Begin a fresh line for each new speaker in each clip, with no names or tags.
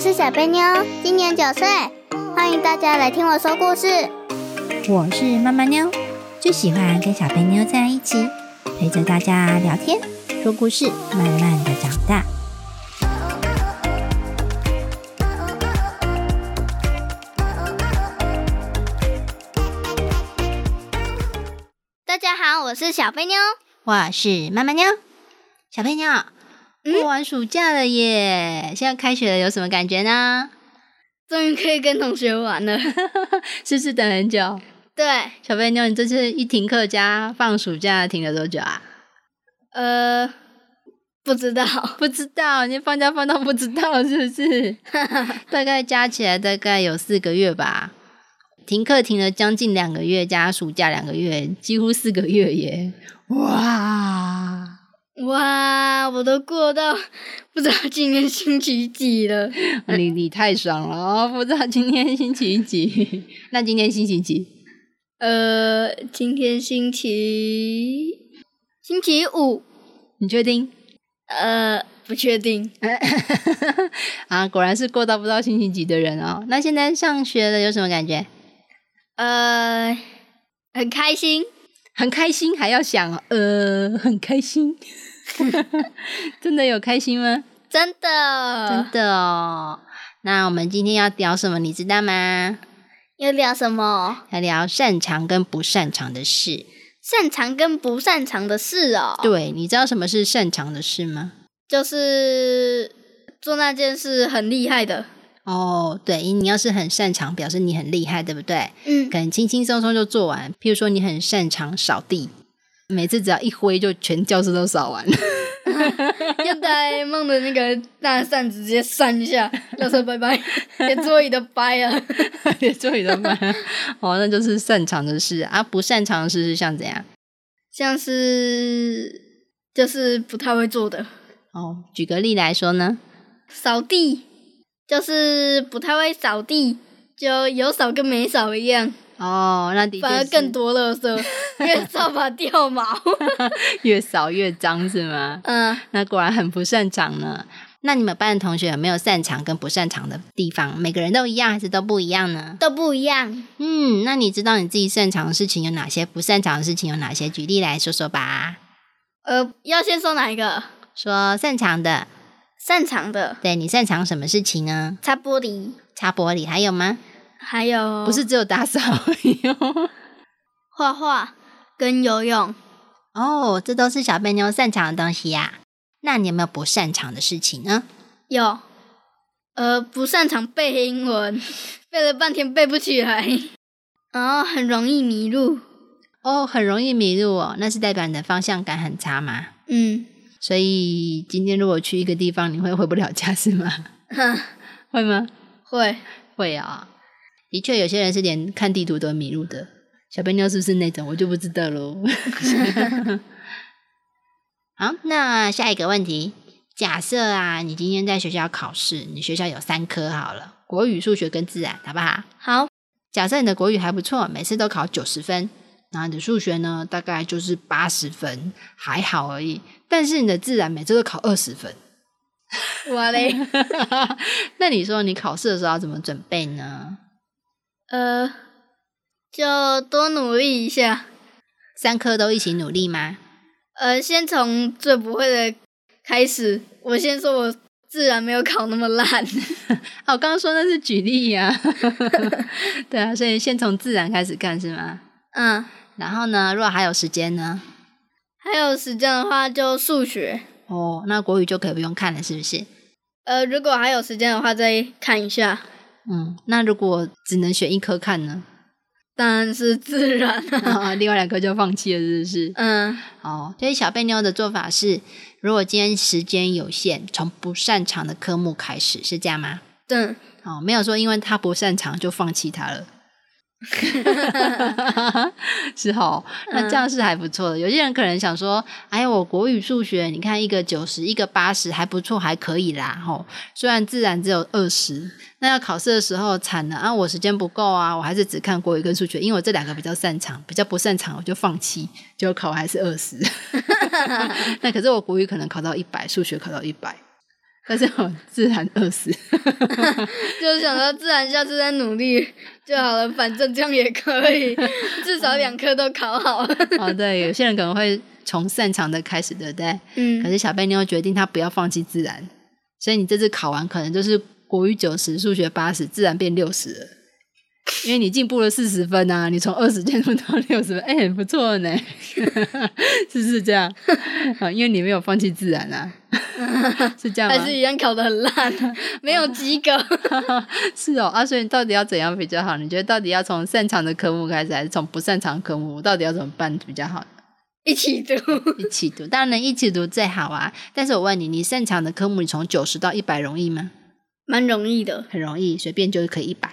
是小贝妞，今年九岁，欢迎大家来听我说故事。
我是妈妈妞，最喜欢跟小贝妞在一起，陪着大家聊天、说故事，慢慢的长大。
大家好，我是小贝妞。
我是妈妈妞，小贝妞，
嗯
过完暑假了耶，现在开学了，有什么感觉呢？
终于可以跟同学玩了。
是不是等很久？
对，
小贝妞，你这次一停课加放暑假停了多久啊？
呃，不知道，
不知道，你放假放到不知道是不 是？大概加起来大概有四个月吧。停课停了将近两个月，加暑假两个月，几乎四个月耶！哇，
哇，我都过到不知道今天星期几了。
你你太爽了哦！不知道今天星期几？ 那今天星期几？
呃，今天星期星期五，
你确定？
呃，不确定。
啊，果然是过到不知道星期几的人哦。那现在上学了有什么感觉？
呃，很开心。
很开心，还要想呃，很开心， 真的有开心吗？
真
真
的，
的哦。那我们今天要聊什么，你知道吗？
要聊什么？
要聊擅长跟不擅长的事。
擅长跟不擅长的事哦。，
对，你知道什么是擅长的事吗？
就是做那件事很厉害的。
哦，对，你要是很擅长，表示你很厉害，对不对？
嗯
可能轻轻松松就做完。譬如说，你很擅长扫地，每次只要一挥，就全教室都扫完。
就在梦的那个大扇子直接扇一 下，就说拜拜，连桌椅都掰了。
连座椅都搬。 哦，那就是擅长的事啊，不擅长的事是像怎样？
像是就是不太会做的，
哦，举个例来说呢，
扫地就是不太会扫地，就有扫跟没扫一样，
哦，那的确
反而
是
更多垃圾，因为扫把掉毛。
越扫越脏是吗？
嗯，
那果然很不擅长呢。那你们班的同学有没有擅长跟不擅长的地方？每个人都一样还是都不一样呢？
都不一样。
嗯，那你知道你自己擅长的事情有哪些，不擅长的事情有哪些？举例来说说吧。
呃，要先说哪一个？
说擅长的，
擅长的
对你擅长什么事情呢？
擦玻璃，
擦玻璃还有吗？
还有
不是只有打扫 而已哦。
画画跟游泳。
哦，这都是小笨妞擅长的东西呀、那你有没有不擅长的事情呢？
有，呃，不擅长背英文，背了半天背不起来，然后很容易迷路。
哦，很容易迷路哦，那是代表你的方向感很差吗？
嗯，
所以今天如果去一个地方，你会回不了家是吗？
哼，
会吗？
会，
会啊、的确，有些人是连看地图都会迷路的。小笨妞是不是那种？我就不知道喽。 好，那下一个问题，假设啊，你今天在学校考试，你学校有三科好了，国语、数学跟自然，好不好？
好，
假设你的国语还不错，每次都考九十分，然后你的数学呢，大概就是八十分，还好而已。但是你的自然每次都考二十分，
我嘞，
那你说你考试的时候要怎么准备呢？
呃，就多努力一下，
三科都一起努力吗？
呃，先从最不会的开始。我先说我自然没有考那么烂，
哦，我刚刚说那是举例呀、 对啊，所以先从自然开始看是吗？
嗯，
然后呢，如果还有时间呢？
还有时间的话就数学，
哦，那国语就可以不用看了，是不是？
呃，如果还有时间的话再看一下，
嗯，那如果只能选一科看呢？
当然是自然啊，
啊，另外两科就放弃了，是不是？
嗯。
哦，所以小贝妞的做法是，如果今天时间有限，从不擅长的科目开始，是这样吗？
对，
哦，没有说因为他不擅长就放弃他了。 是哦，那这样是还不错的。有些人可能想说，哎，我国语、数学，你看一个九十，一个八十，还不错，还可以啦。吼、虽然自然只有二十，那要考试的时候惨了啊，我时间不够啊，我还是只看国语跟数学，因为我这两个比较擅长，比较不擅长我就放弃，结果考 完还是二十。那可是我国语可能考到一百，数学考到一百，但是我自然二十，
就想到自然下次再努力就好了，反正这样也可以，至少两科都考好了。
哦，对，有些人可能会从擅长的开始，对不对？可
嗯，
是小贝妞决定她不要放弃自然，所以你这次考完可能就是国语九十，数学八十，自然变六十了。因为你进步了四十分啊，你从二十进步到六十分，哎、很不错呢， 是不是这样？ 啊，因为你没有放弃自然啊， 是这样吗？
还是一样啊考得很烂，没有及格。
是哦，啊，所以你到底要怎样比较好？你觉得到底要从擅长的科目开始，还是从不擅长的科目？到底要怎么办比较好？
一起读，
一起读，当然能一起读最好啊。但是我问你，你擅长的科目，你从九十到一百容易吗？
蛮容易的。
很容易，随便就可以一百。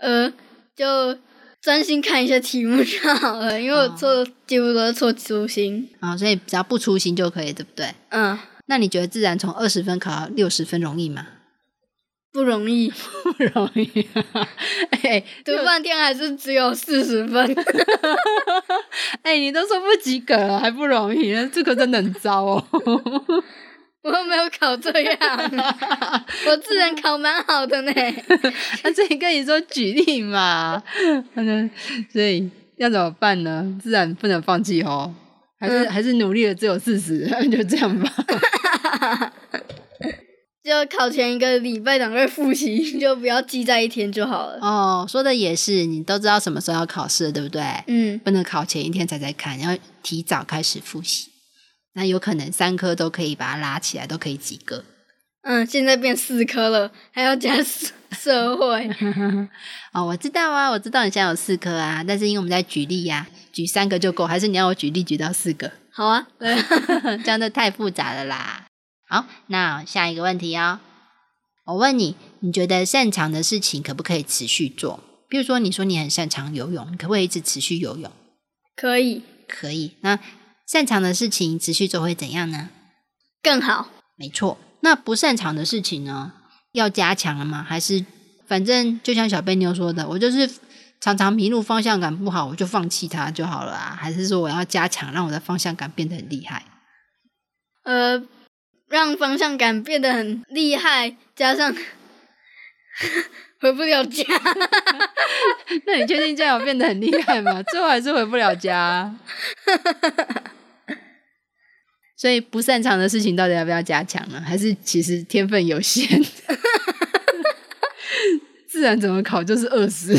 呃，就专心看一下题目就好了，因为我错几乎都是错粗心。
啊、所以只要不粗心就可以，对不对？
嗯，
那你觉得自然从二十分考到六十分容易吗？
不容易，
不容易、 哎、
读半天还是只有四十分。
哎、你都说不及格了，还不容易，那这个真的很糟哦。
我又没有考这样，啊我自然考蛮好的呢。
啊，这里跟你说举例嘛， 嗯，所以要怎么办呢？自然不能放弃哦，还是、还是努力了，只有四十， 就这样吧。
就考前一个礼拜赶快复习， 就不要记在一天就好了。
哦，说的也是，你都知道什么时候要考试了，对不对？
嗯，
不能考前一天才在看，要提早开始复习。那有可能三科都可以把它拉起来，都可以及格。
嗯，现在变四科了，还要加社社会。
哦，我知道啊，我知道你现在有四科啊，但是因为我们在举例呀、举三个就够，还是你要我举例举到四个？
好啊， 来
这样就太复杂了啦。好，那下一个问题哦，我问你，你觉得擅长的事情可不可以持续做？比如说，你说你很擅长游泳，你可不可以一直持续游泳？
可以
可以。那擅长的事情持续做会怎样呢？
更好。
没错。那不擅长的事情呢，要加强了吗？还是反正就像小贝妞说的，我就是常常迷路，方向感不好，我就放弃它就好了啊？还是说我要加强，让我的方向感变得很厉害？
呃，让方向感变得很厉害，加上 回不了家，
那你确定这样有变得很厉害吗？最后还是回不了家啊、所以不擅长的事情到底要不要加强呢？还是其实天分有限？ 自然怎么考就是二十，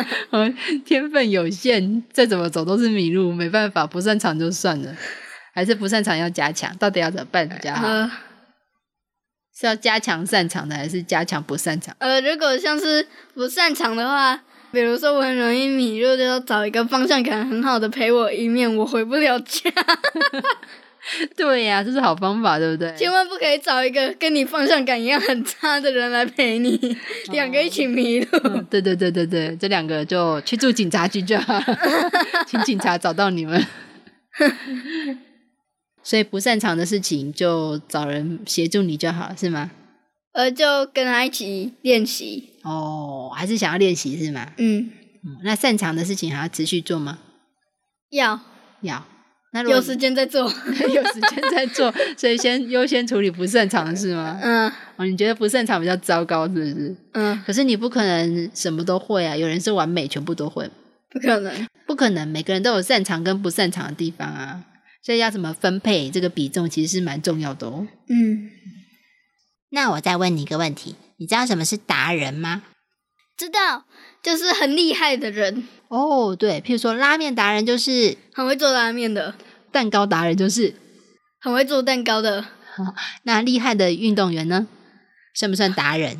天分有限，再怎么走都是迷路，没办法，不擅长就算了。还是不擅长要加强，到底要怎么办比较好？
呃
是要加强擅长的，还是加强不擅长？
呃，如果像是不擅长的话，比如说我很容易迷路，就要找一个方向感很好的陪我，以免我回不了家。
对呀、这是好方法，对不对？
千万不可以找一个跟你方向感一样很差的人来陪你，两个一起迷路。
嗯 对对对对对，这两个就去住警察局就好，请警察找到你们。 所以不擅长的事情就找人协助你就好，是吗？
呃，就跟他一起练习。
哦，还是想要练习是吗？
嗯，
嗯，那擅长的事情还要持续做吗？
要
要。那如果
有时间再做。
有时间再做，所以先优先处理不擅长的事吗？
嗯
哦，你觉得不擅长比较糟糕是不是？
嗯，
可是你不可能什么都会啊，有人是完美全部都会。
不可能。
不可能每个人都有擅长跟不擅长的地方啊，所以要怎么分配这个比重，其实是蛮重要的哦。
嗯，
那我再问你一个问题，你知道什么是达人吗？
知道，就是很厉害的人，
哦，对，譬如说拉面达人就是，
很会做拉面的，
蛋糕达人就是，
很会做蛋糕的，
那厉害的运动员呢，算不算达人？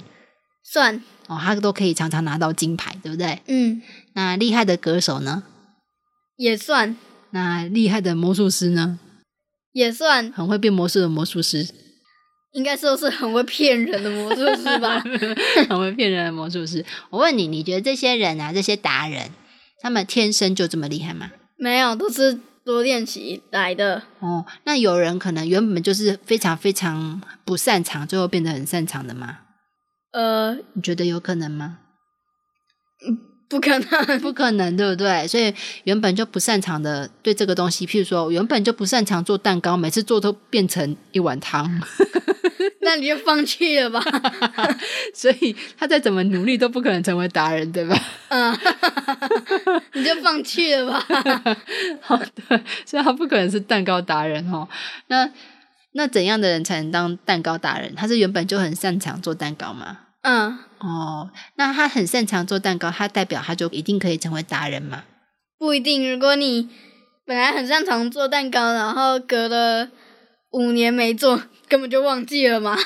算。
哦，他都可以常常拿到金牌，对不对？
嗯，
那厉害的歌手呢？
也算，
那厉害的魔术师呢？
也算，
很会变魔术的魔术师，？
应该说是很会骗人的魔术师吧
很会骗人的魔术师。我问你，你觉得这些人啊，这些达人，他们天生就这么厉害吗？
没有，都是多练习来的。
哦，那有人可能原本就是非常非常不擅长，最后变得很擅长的吗？
呃，
你觉得有可能吗？
不可能。
不可能，对不对？所以原本就不擅长的对这个东西，譬如说我原本就不擅长做蛋糕，每次做都变成一碗汤，
那你就放弃了吧。
所以他再怎么努力都不可能成为达人，对吧？
嗯， 你就放弃了吧。
好的，所以他不可能是蛋糕达人哦。那那怎样的人才能当蛋糕达人？他是原本就很擅长做蛋糕吗？
嗯，
哦，那他很擅长做蛋糕，他代表他就一定可以成为达人吗？
不一定。如果你本来很擅长做蛋糕，然后隔了五年没做，根本就忘记了嘛。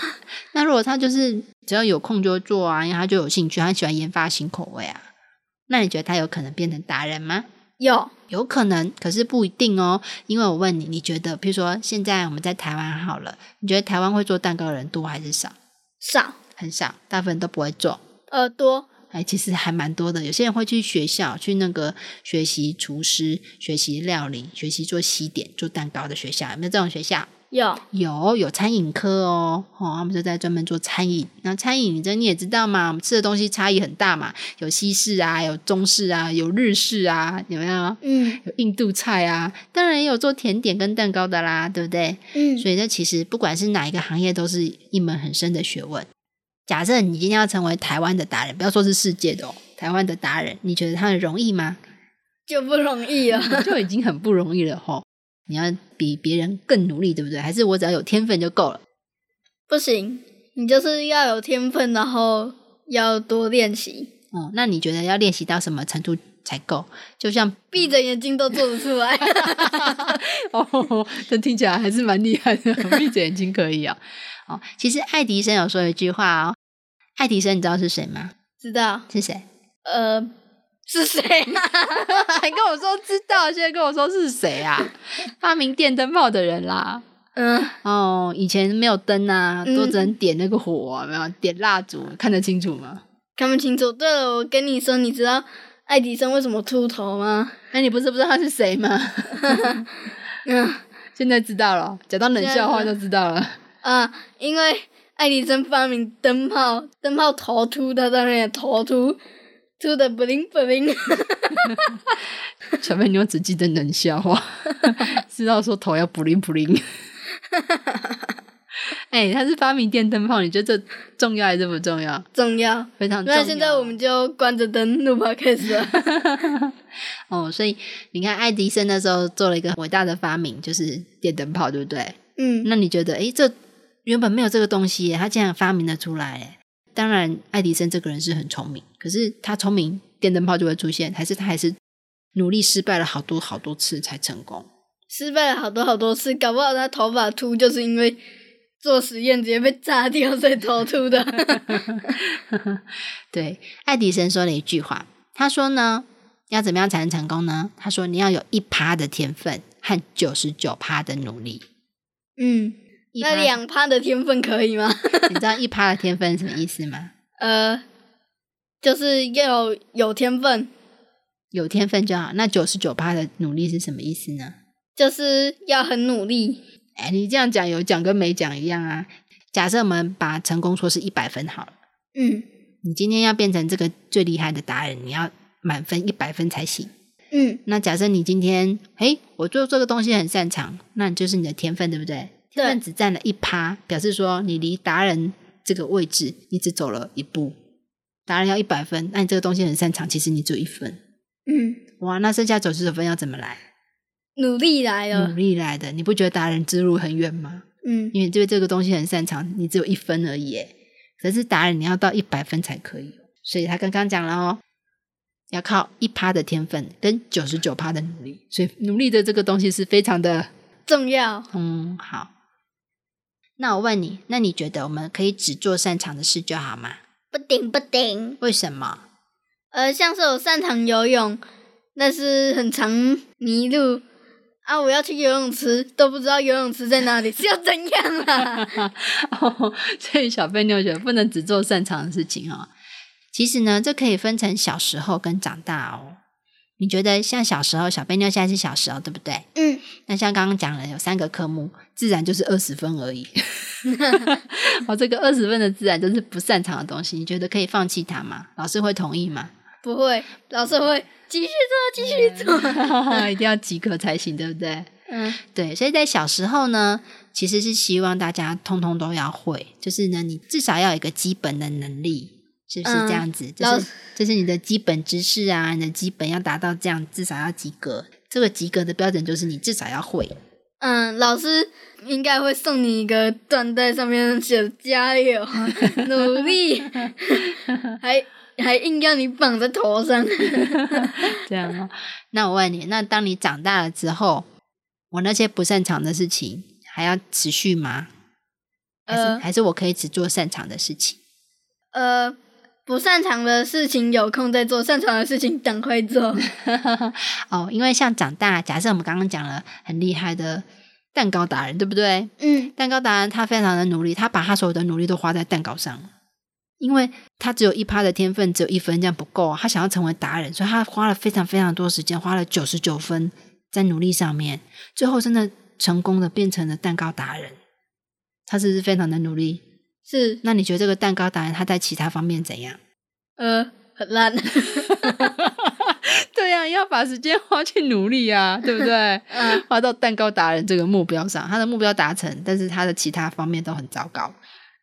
那如果他就是只要有空就会做啊，因为他就有兴趣，他喜欢研发新口味啊，那你觉得他有可能变成达人吗？
有，
有可能，可是不一定哦。因为我问你，你觉得，譬如说现在我们在台湾好了，你觉得台湾会做蛋糕的人多还是少？
少，
很少，大部分都不会做。
呃，多，
哎，其实还蛮多的。有些人会去学校去那个学习厨师、学习料理、学习做西点、做蛋糕的学校，有没有这种学校？
有，
有有餐饮科哦，哦，他们就在专门做餐饮。那餐饮，这你也知道嘛，我们吃的东西差异很大嘛，有西式啊，有中式啊，有日式啊，有没有？
嗯
有印度菜啊，当然也有做甜点跟蛋糕的啦，对不对？
嗯
所以这其实不管是哪一个行业，都是一门很深的学问。假设你今天要成为台湾的达人，不要说是世界的哦，台湾的达人，你觉得他很容易吗？
就不容易了。
就已经很不容易了吼。你要比别人更努力，对不对？还是我只要有天分就够了？
不行，你就是要有天分，然后要多练习，
哦、那你觉得要练习到什么程度才够？就像
闭着眼睛都做得出 来。
哦，这听起来还是蛮厉害的，闭着眼睛可以啊、哦。其实爱迪生有说一句话哦，爱迪生你知道是谁吗？
知道？
是谁？
呃，是谁啊？
还跟我说知道，现在跟我说是谁啊？发明电灯泡的人啦。
嗯，
哦，以前没有灯啊，
嗯
都只能点那个火、啊，没有点蜡烛，看得清楚吗？
看不清楚。对了，我跟你说，你知道爱迪生为什么秃头吗？
哎、你不是不知道他是谁吗？
嗯
现在知道了，讲到冷笑话就知道了。
啊、因为爱迪生发明灯泡，灯泡头秃，他当然也头秃，秃的不灵不灵。
小妹，你又只记得冷 笑话，知道说头要补灵补灵。哎、他是发明电灯泡，你觉得这重要还是不重要？
重要。
非常重要。
那现在我们就关着灯录 podcast 了。
哦，所以你看，爱迪生那时候做了一个伟大的发明，就是电灯泡，对不对？
嗯
那你觉得，诶，这原本没有这个东西耶，他竟然发明了出来耶。当然，爱迪生这个人是很聪明，可是他聪明，电灯泡就会出现，还是他还是努力失败了好多好多次才成功？
失败了好多好多次，搞不好他头发秃就是因为做实验直接被炸掉，所以头秃 的。
对，爱迪生说了一句话，他说呢，要怎么样才能成功呢？他说，你要有一趴的天分和九十九趴的努力。
嗯，
一
那
趴
两趴的天分可以 吗？
你知道一趴的天分是什么意思吗？
呃，就是要有有天分，
有天分就好。那九十九趴的努力是什么意思呢？
就是要很努力。
哎，你这样讲有讲跟没讲一样啊。假设我们把成功说是一百分好了，
嗯
你今天要变成这个最厉害的达人，你要满分一百分才行。
嗯，
那假设你今天，哎，我做这个东西很擅长，那你就是你的天分，对不对？天分
对，
只占了一趴，表示说你离达人这个位置，你只走了一步。达人要一百分，那你这个东西很擅长，其实你只有一分。
嗯，
哇，那剩下九十九分要怎么来？
努力来
努
了。
力来的，你不觉得达人之路很远吗？
嗯
因为对这个东西很擅长，你只有一分而已耶。可是达人你要到一百分才可以哦，所以他刚刚讲了哦，要靠一趴的天分跟九十九趴的努力，所以努力的这个东西是非常的，
重要。
嗯，好。那我问你，那你觉得我们可以只做擅长的事就好吗？
不顶不顶。
为什么？
呃，像是我擅长游泳，但是很常迷路啊！我要去游泳池，都不知道游泳池在哪里，是要怎样啊？
哦，所以小贝妞觉得不能只做擅长的事情哦。其实呢，这可以分成小时候跟长大哦。你觉得像小时候，小贝妞现在是小时候，对不对？
嗯，
那像刚刚讲了有三个科目，自然就是二十分而已。哦，这个二十分的自然就是不擅长的东西，你觉得可以放弃它吗？老师会同意吗？
不会，老师会继续做，继续做。
一定要及格才行，对不对？
嗯，
对，所以在小时候呢，其实是希望大家通通都要会，就是呢，你至少要有一个基本的能力，是不是这样子？
老
这是这是你的基本知识啊，你的基本要达到这样，至少要及格。这个及格的标准就是你至少要会。
嗯，老师应该会送你一个缎带，上面写着“加油， 努力”，还还硬要你绑在头上。
这样哦。那我问你，那当你长大了之后，我那些不擅长的事情还要持续吗？还是、
呃
还是我可以只做擅长的事情？
呃，不擅长的事情有空再做，擅长的事情赶快做。
哦，因为像长大，假设我们刚刚讲了很厉害的蛋糕达人，对不对？
嗯，
蛋糕达人他非常的努力，他把他所有的努力都花在蛋糕上了，因为他只有一趴的天分，只有一分，这样不够啊。他想要成为达人，所以他花了非常非常多时间，花了九十九分在努力上面，最后真的成功的变成了蛋糕达人。他是不是非常的努力？
是
那你觉得这个蛋糕达人他在其他方面怎样？
呃很烂。
对呀、要把时间花去努力 啊，对不对？
嗯
花到蛋糕达人这个目标上，他的目标达成，但是他的其他方面都很糟糕。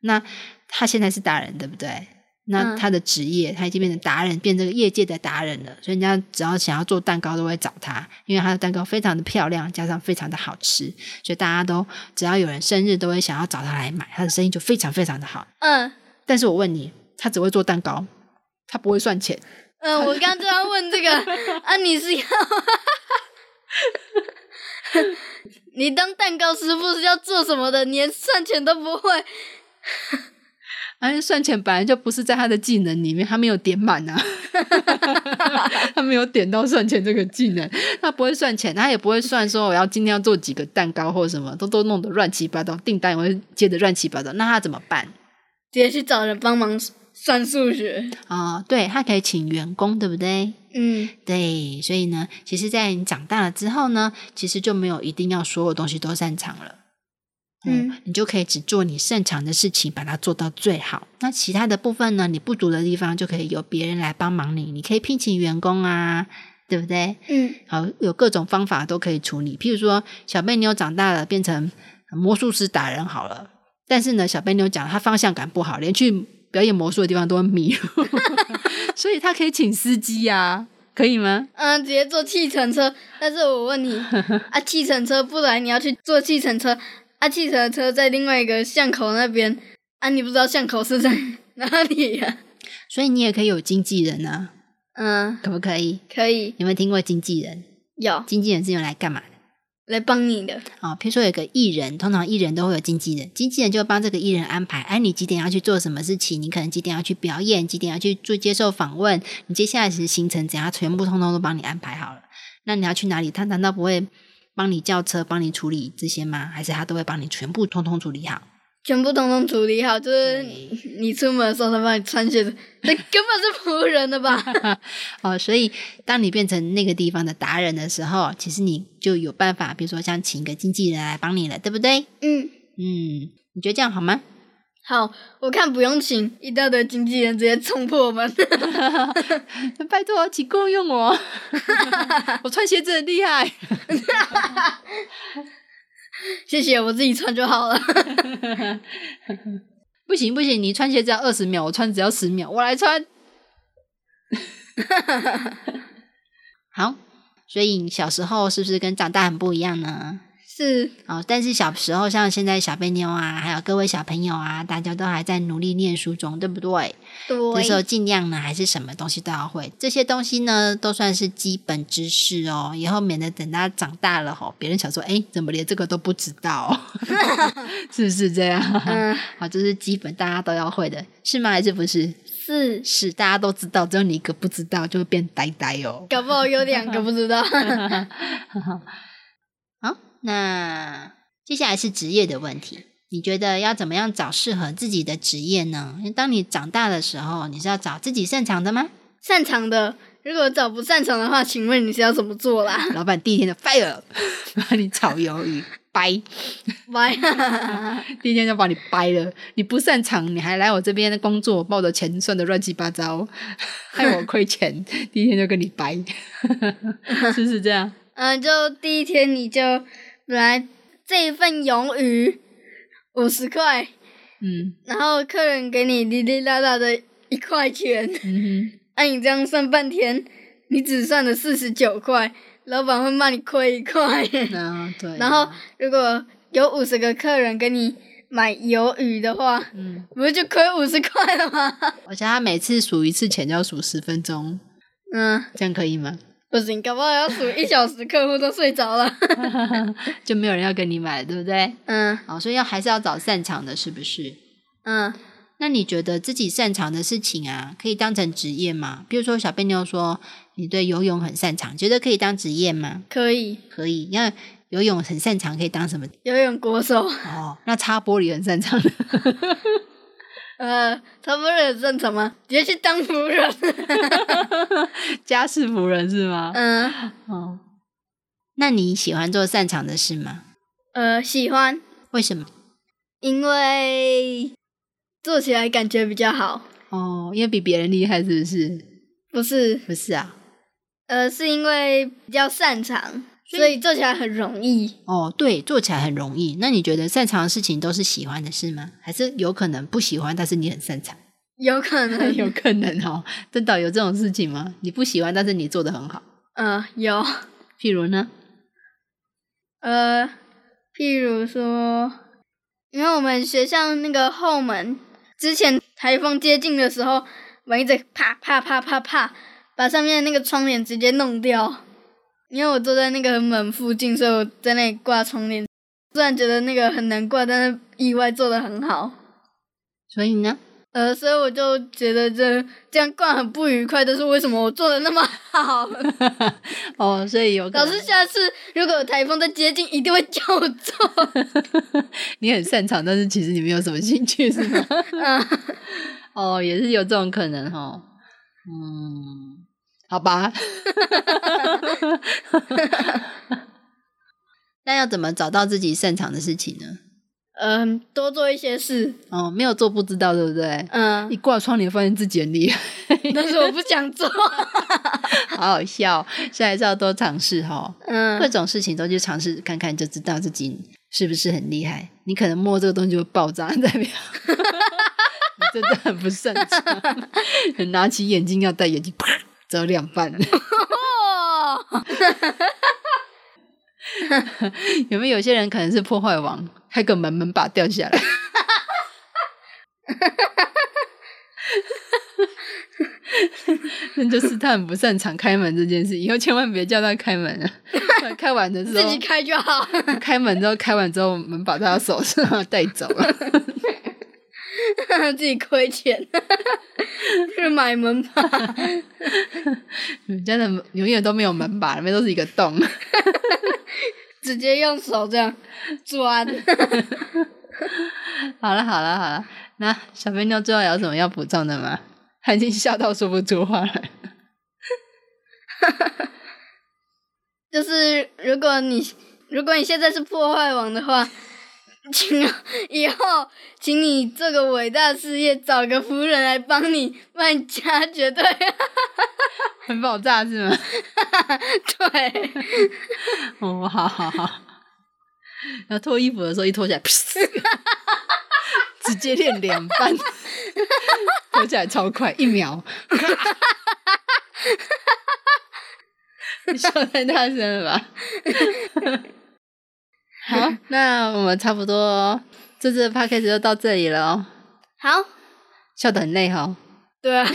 那他现在是达人，对不对？那
嗯
他的职业，他已经变成达人，变这个业界的达人了。所以人家只要想要做蛋糕，都会找他，因为他的蛋糕非常的漂亮，加上非常的好吃，所以大家都只要有人生日，都会想要找他来买，他的生意就非常非常的好。
嗯
但是我问你，他只会做蛋糕，他不会算钱，
嗯，我刚就要问这个啊，你是要你当蛋糕师傅是要做什么的？你连算钱都不会。
而且哎算钱本来就不是在他的技能里面，他没有点满啊， 他没有点到算钱这个技能，他不会算钱，他也不会算说我要今天要做几个蛋糕或什么，都都弄得乱七八糟，订单也会接的乱七八糟，那他怎么办
直接去找人帮忙算数学。
啊、对他可以请员工，对不对？
嗯
对，所以呢，其实，在你长大了之后呢，其实就没有一定要所有东西都擅长了。嗯
嗯，
你就可以只做你擅长的事情，把它做到最好。那其他的部分呢，你不足的地方就可以由别人来帮忙你。你可以聘请员工啊，对不对？
嗯
好，有各种方法都可以处理。譬如说，小贝妞长大了变成魔术师打人好了，但是呢，小贝妞讲她方向感不好，连去表演魔术的地方都会迷路， 所以她可以请司机呀、可以吗？
嗯，直接坐计程车。但是我问你啊，计程车不然你要去坐计程车啊？计程车在另外一个巷口那边啊，你不知道巷口是在 哪里啊呀、
所以你也可以有经纪人啊，
嗯，
可不可以？
可以
有没有听过经纪人？
有
经纪人是用来干嘛的？
来帮你的。
啊、譬如说有个艺人，通常艺人都会有经纪人，经纪人就会帮这个艺人安排，哎、你几点要去做什么事情，你可能几点要去表演，几点要去做接受访问，你接下来的行程怎样，全部通通都帮你安排好了。那你要去哪里，他难道不会帮你叫车，帮你处理这些吗？还是他都会帮你全部通通处理好？
全部统统处理好，就是
对
你出门的时候他帮你穿鞋子，这根本是仆人的吧？
哦，所以当你变成那个地方的达人的时候，其实你就有办法，比如说像请一个经纪人来帮你了，对不对？
嗯，
嗯，你觉得这样好吗？
好，我看不用请一大堆经纪人直接冲破门。
拜托，请雇佣 我，我穿鞋子很厉害。
谢谢，我自己穿就好了。
不行不行，你穿鞋子要二十秒，我穿只要十秒，我来穿。 好，所以你小时候是不是跟长大很不一样呢？
是，
哦，但是小时候像现在小贝妞啊，还有各位小朋友啊，大家都还在努力念书中，对不对？这时候
对，
尽量呢，还是什么东西都要会。这些东西呢，都算是基本知识哦，以后免得等他长大了吼，别人想说，哎，怎么连这个都不知 道？ 是不是这样？
嗯，
好，这是基本大家都要会的，是吗？还是不是？
是，
是，大家都知道，只有你一个不知道，就会变呆呆哦。
搞不好有两个不知道。
好，那接下来是职业的问题。你觉得要怎么样找适合自己的职业呢？因为当你长大的时候，你是要找自己擅长的吗？
擅长的，如果找 不擅长的话，请问你是要怎么做啦？
老板第一天就 fire，把你炒鱿鱼。掰，
拜。
第一天就把你掰了。你不擅长，你还来我这边工作，把我的钱算的乱七八糟，害我亏钱。第一天就跟你掰， 是不是这样？
嗯，就第一天你就本来这一份鱿鱼五十块，
嗯
然后客人给你哩哩啦啦的一块钱，
嗯哼，
按、你这样算半天，你只算了四十九块，老板会骂你亏一块。
那对啊。
然后如果有五十个客人给你买鱿鱼的话，
嗯，
不是就亏五十块了吗？
而且他每次数一次钱就要数十分钟，
嗯，
这样可以吗？
不行，搞不好要数一小时，客户都睡着了。
就没有人要跟你买了，对不对？
嗯
哦，所以要还是要找擅长的，是不是？
嗯，
那你觉得自己擅长的事情啊，可以当成职业吗？比如说小贝妞说你对游泳很擅长，觉得可以当职业吗？
可以
可以。那游泳很擅长，可以当什么？
游泳国手。
哦，那擦玻璃很擅长的，
呃，差不多很正常吗？直接去当仆人。
家事服人是吗？
嗯
哦，那你喜欢做擅长的事吗？
呃，喜欢，
为什么？
因为做起来感觉比较好。
哦，因为比别人厉害是不是？
不是，
不是啊。
呃，是因为比较擅长，所以做起来很容易。
哦，对，做起来很容易。那你觉得擅长的事情都是喜欢的事吗？还是有可能不喜欢，但是你很擅长？
有可能，
有可能哦，真的有这种事情吗？你不喜欢，但是你做的很好。
呃，有，
譬如呢？
呃，譬如说，因为我们学校那个后门，之前台风接近的时候，我们一直啪啪啪啪啪，把上面那个窗帘直接弄掉。因为我坐在那个门附近，所以我在那里挂窗帘。虽然觉得那个很难挂，但是意外做的很好。
所以呢？
呃，所以我就觉得这这样挂很不愉快，但是为什么我做的那么好？
哦，所以有可
老
能
师下次如果有台风再接近，一定会叫我做。
你很擅长，但是其实你没有什么兴趣，是 吗？啊
嗯
哦，也是有这种可能哦。嗯，好吧。 那要怎么找到自己擅长的事情呢？
嗯，多做一些事。
哦，没有做不知道，对不对？
嗯
一，挂窗帘，发现自己很厉害，
但是我不想做。
好好笑哦。所以还是要多尝试哦。各
嗯
种事情都去尝试看看，就知道自己是不是很厉害。你可能摸这个东西就会爆炸，代 表你真的很不擅 长。你拿起眼镜要戴眼镜，啪，折两半。
哦，
有没有有些人可能是破坏王，开个门门把掉下来？ 那就是他很不擅长开门这件事，以后千万别叫他开门 啊！开完的时
自
候
己开就好。
开门之后，开完之后门把他的手上带走了。
自己亏 钱，去买门吧。
人家嗯的门永远都没有门把，里面都是一个洞。
直接用手这样钻。
好了好了好了，那小肥妞最后有什么要补充的吗？ 他已经笑到说不出话来。
就是如果你如果你现在是破坏王的话，请以后请你做个伟大事业，找个仆人来帮你，不然家绝对
很爆炸是吗？
对。
哦，好好好。然后脱衣服的时候一脱起来， 直接练两半，脱起来超快，一秒。你笑太大声了吧？好，那我们差不多这次的 p a c a s t 就到这里了哦。
好，
笑得很累哈、哦。
对 啊。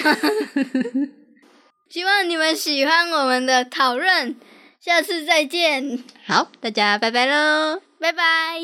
希望你们喜欢我们的讨论，下次再见，
好，大家拜拜喽。
拜拜。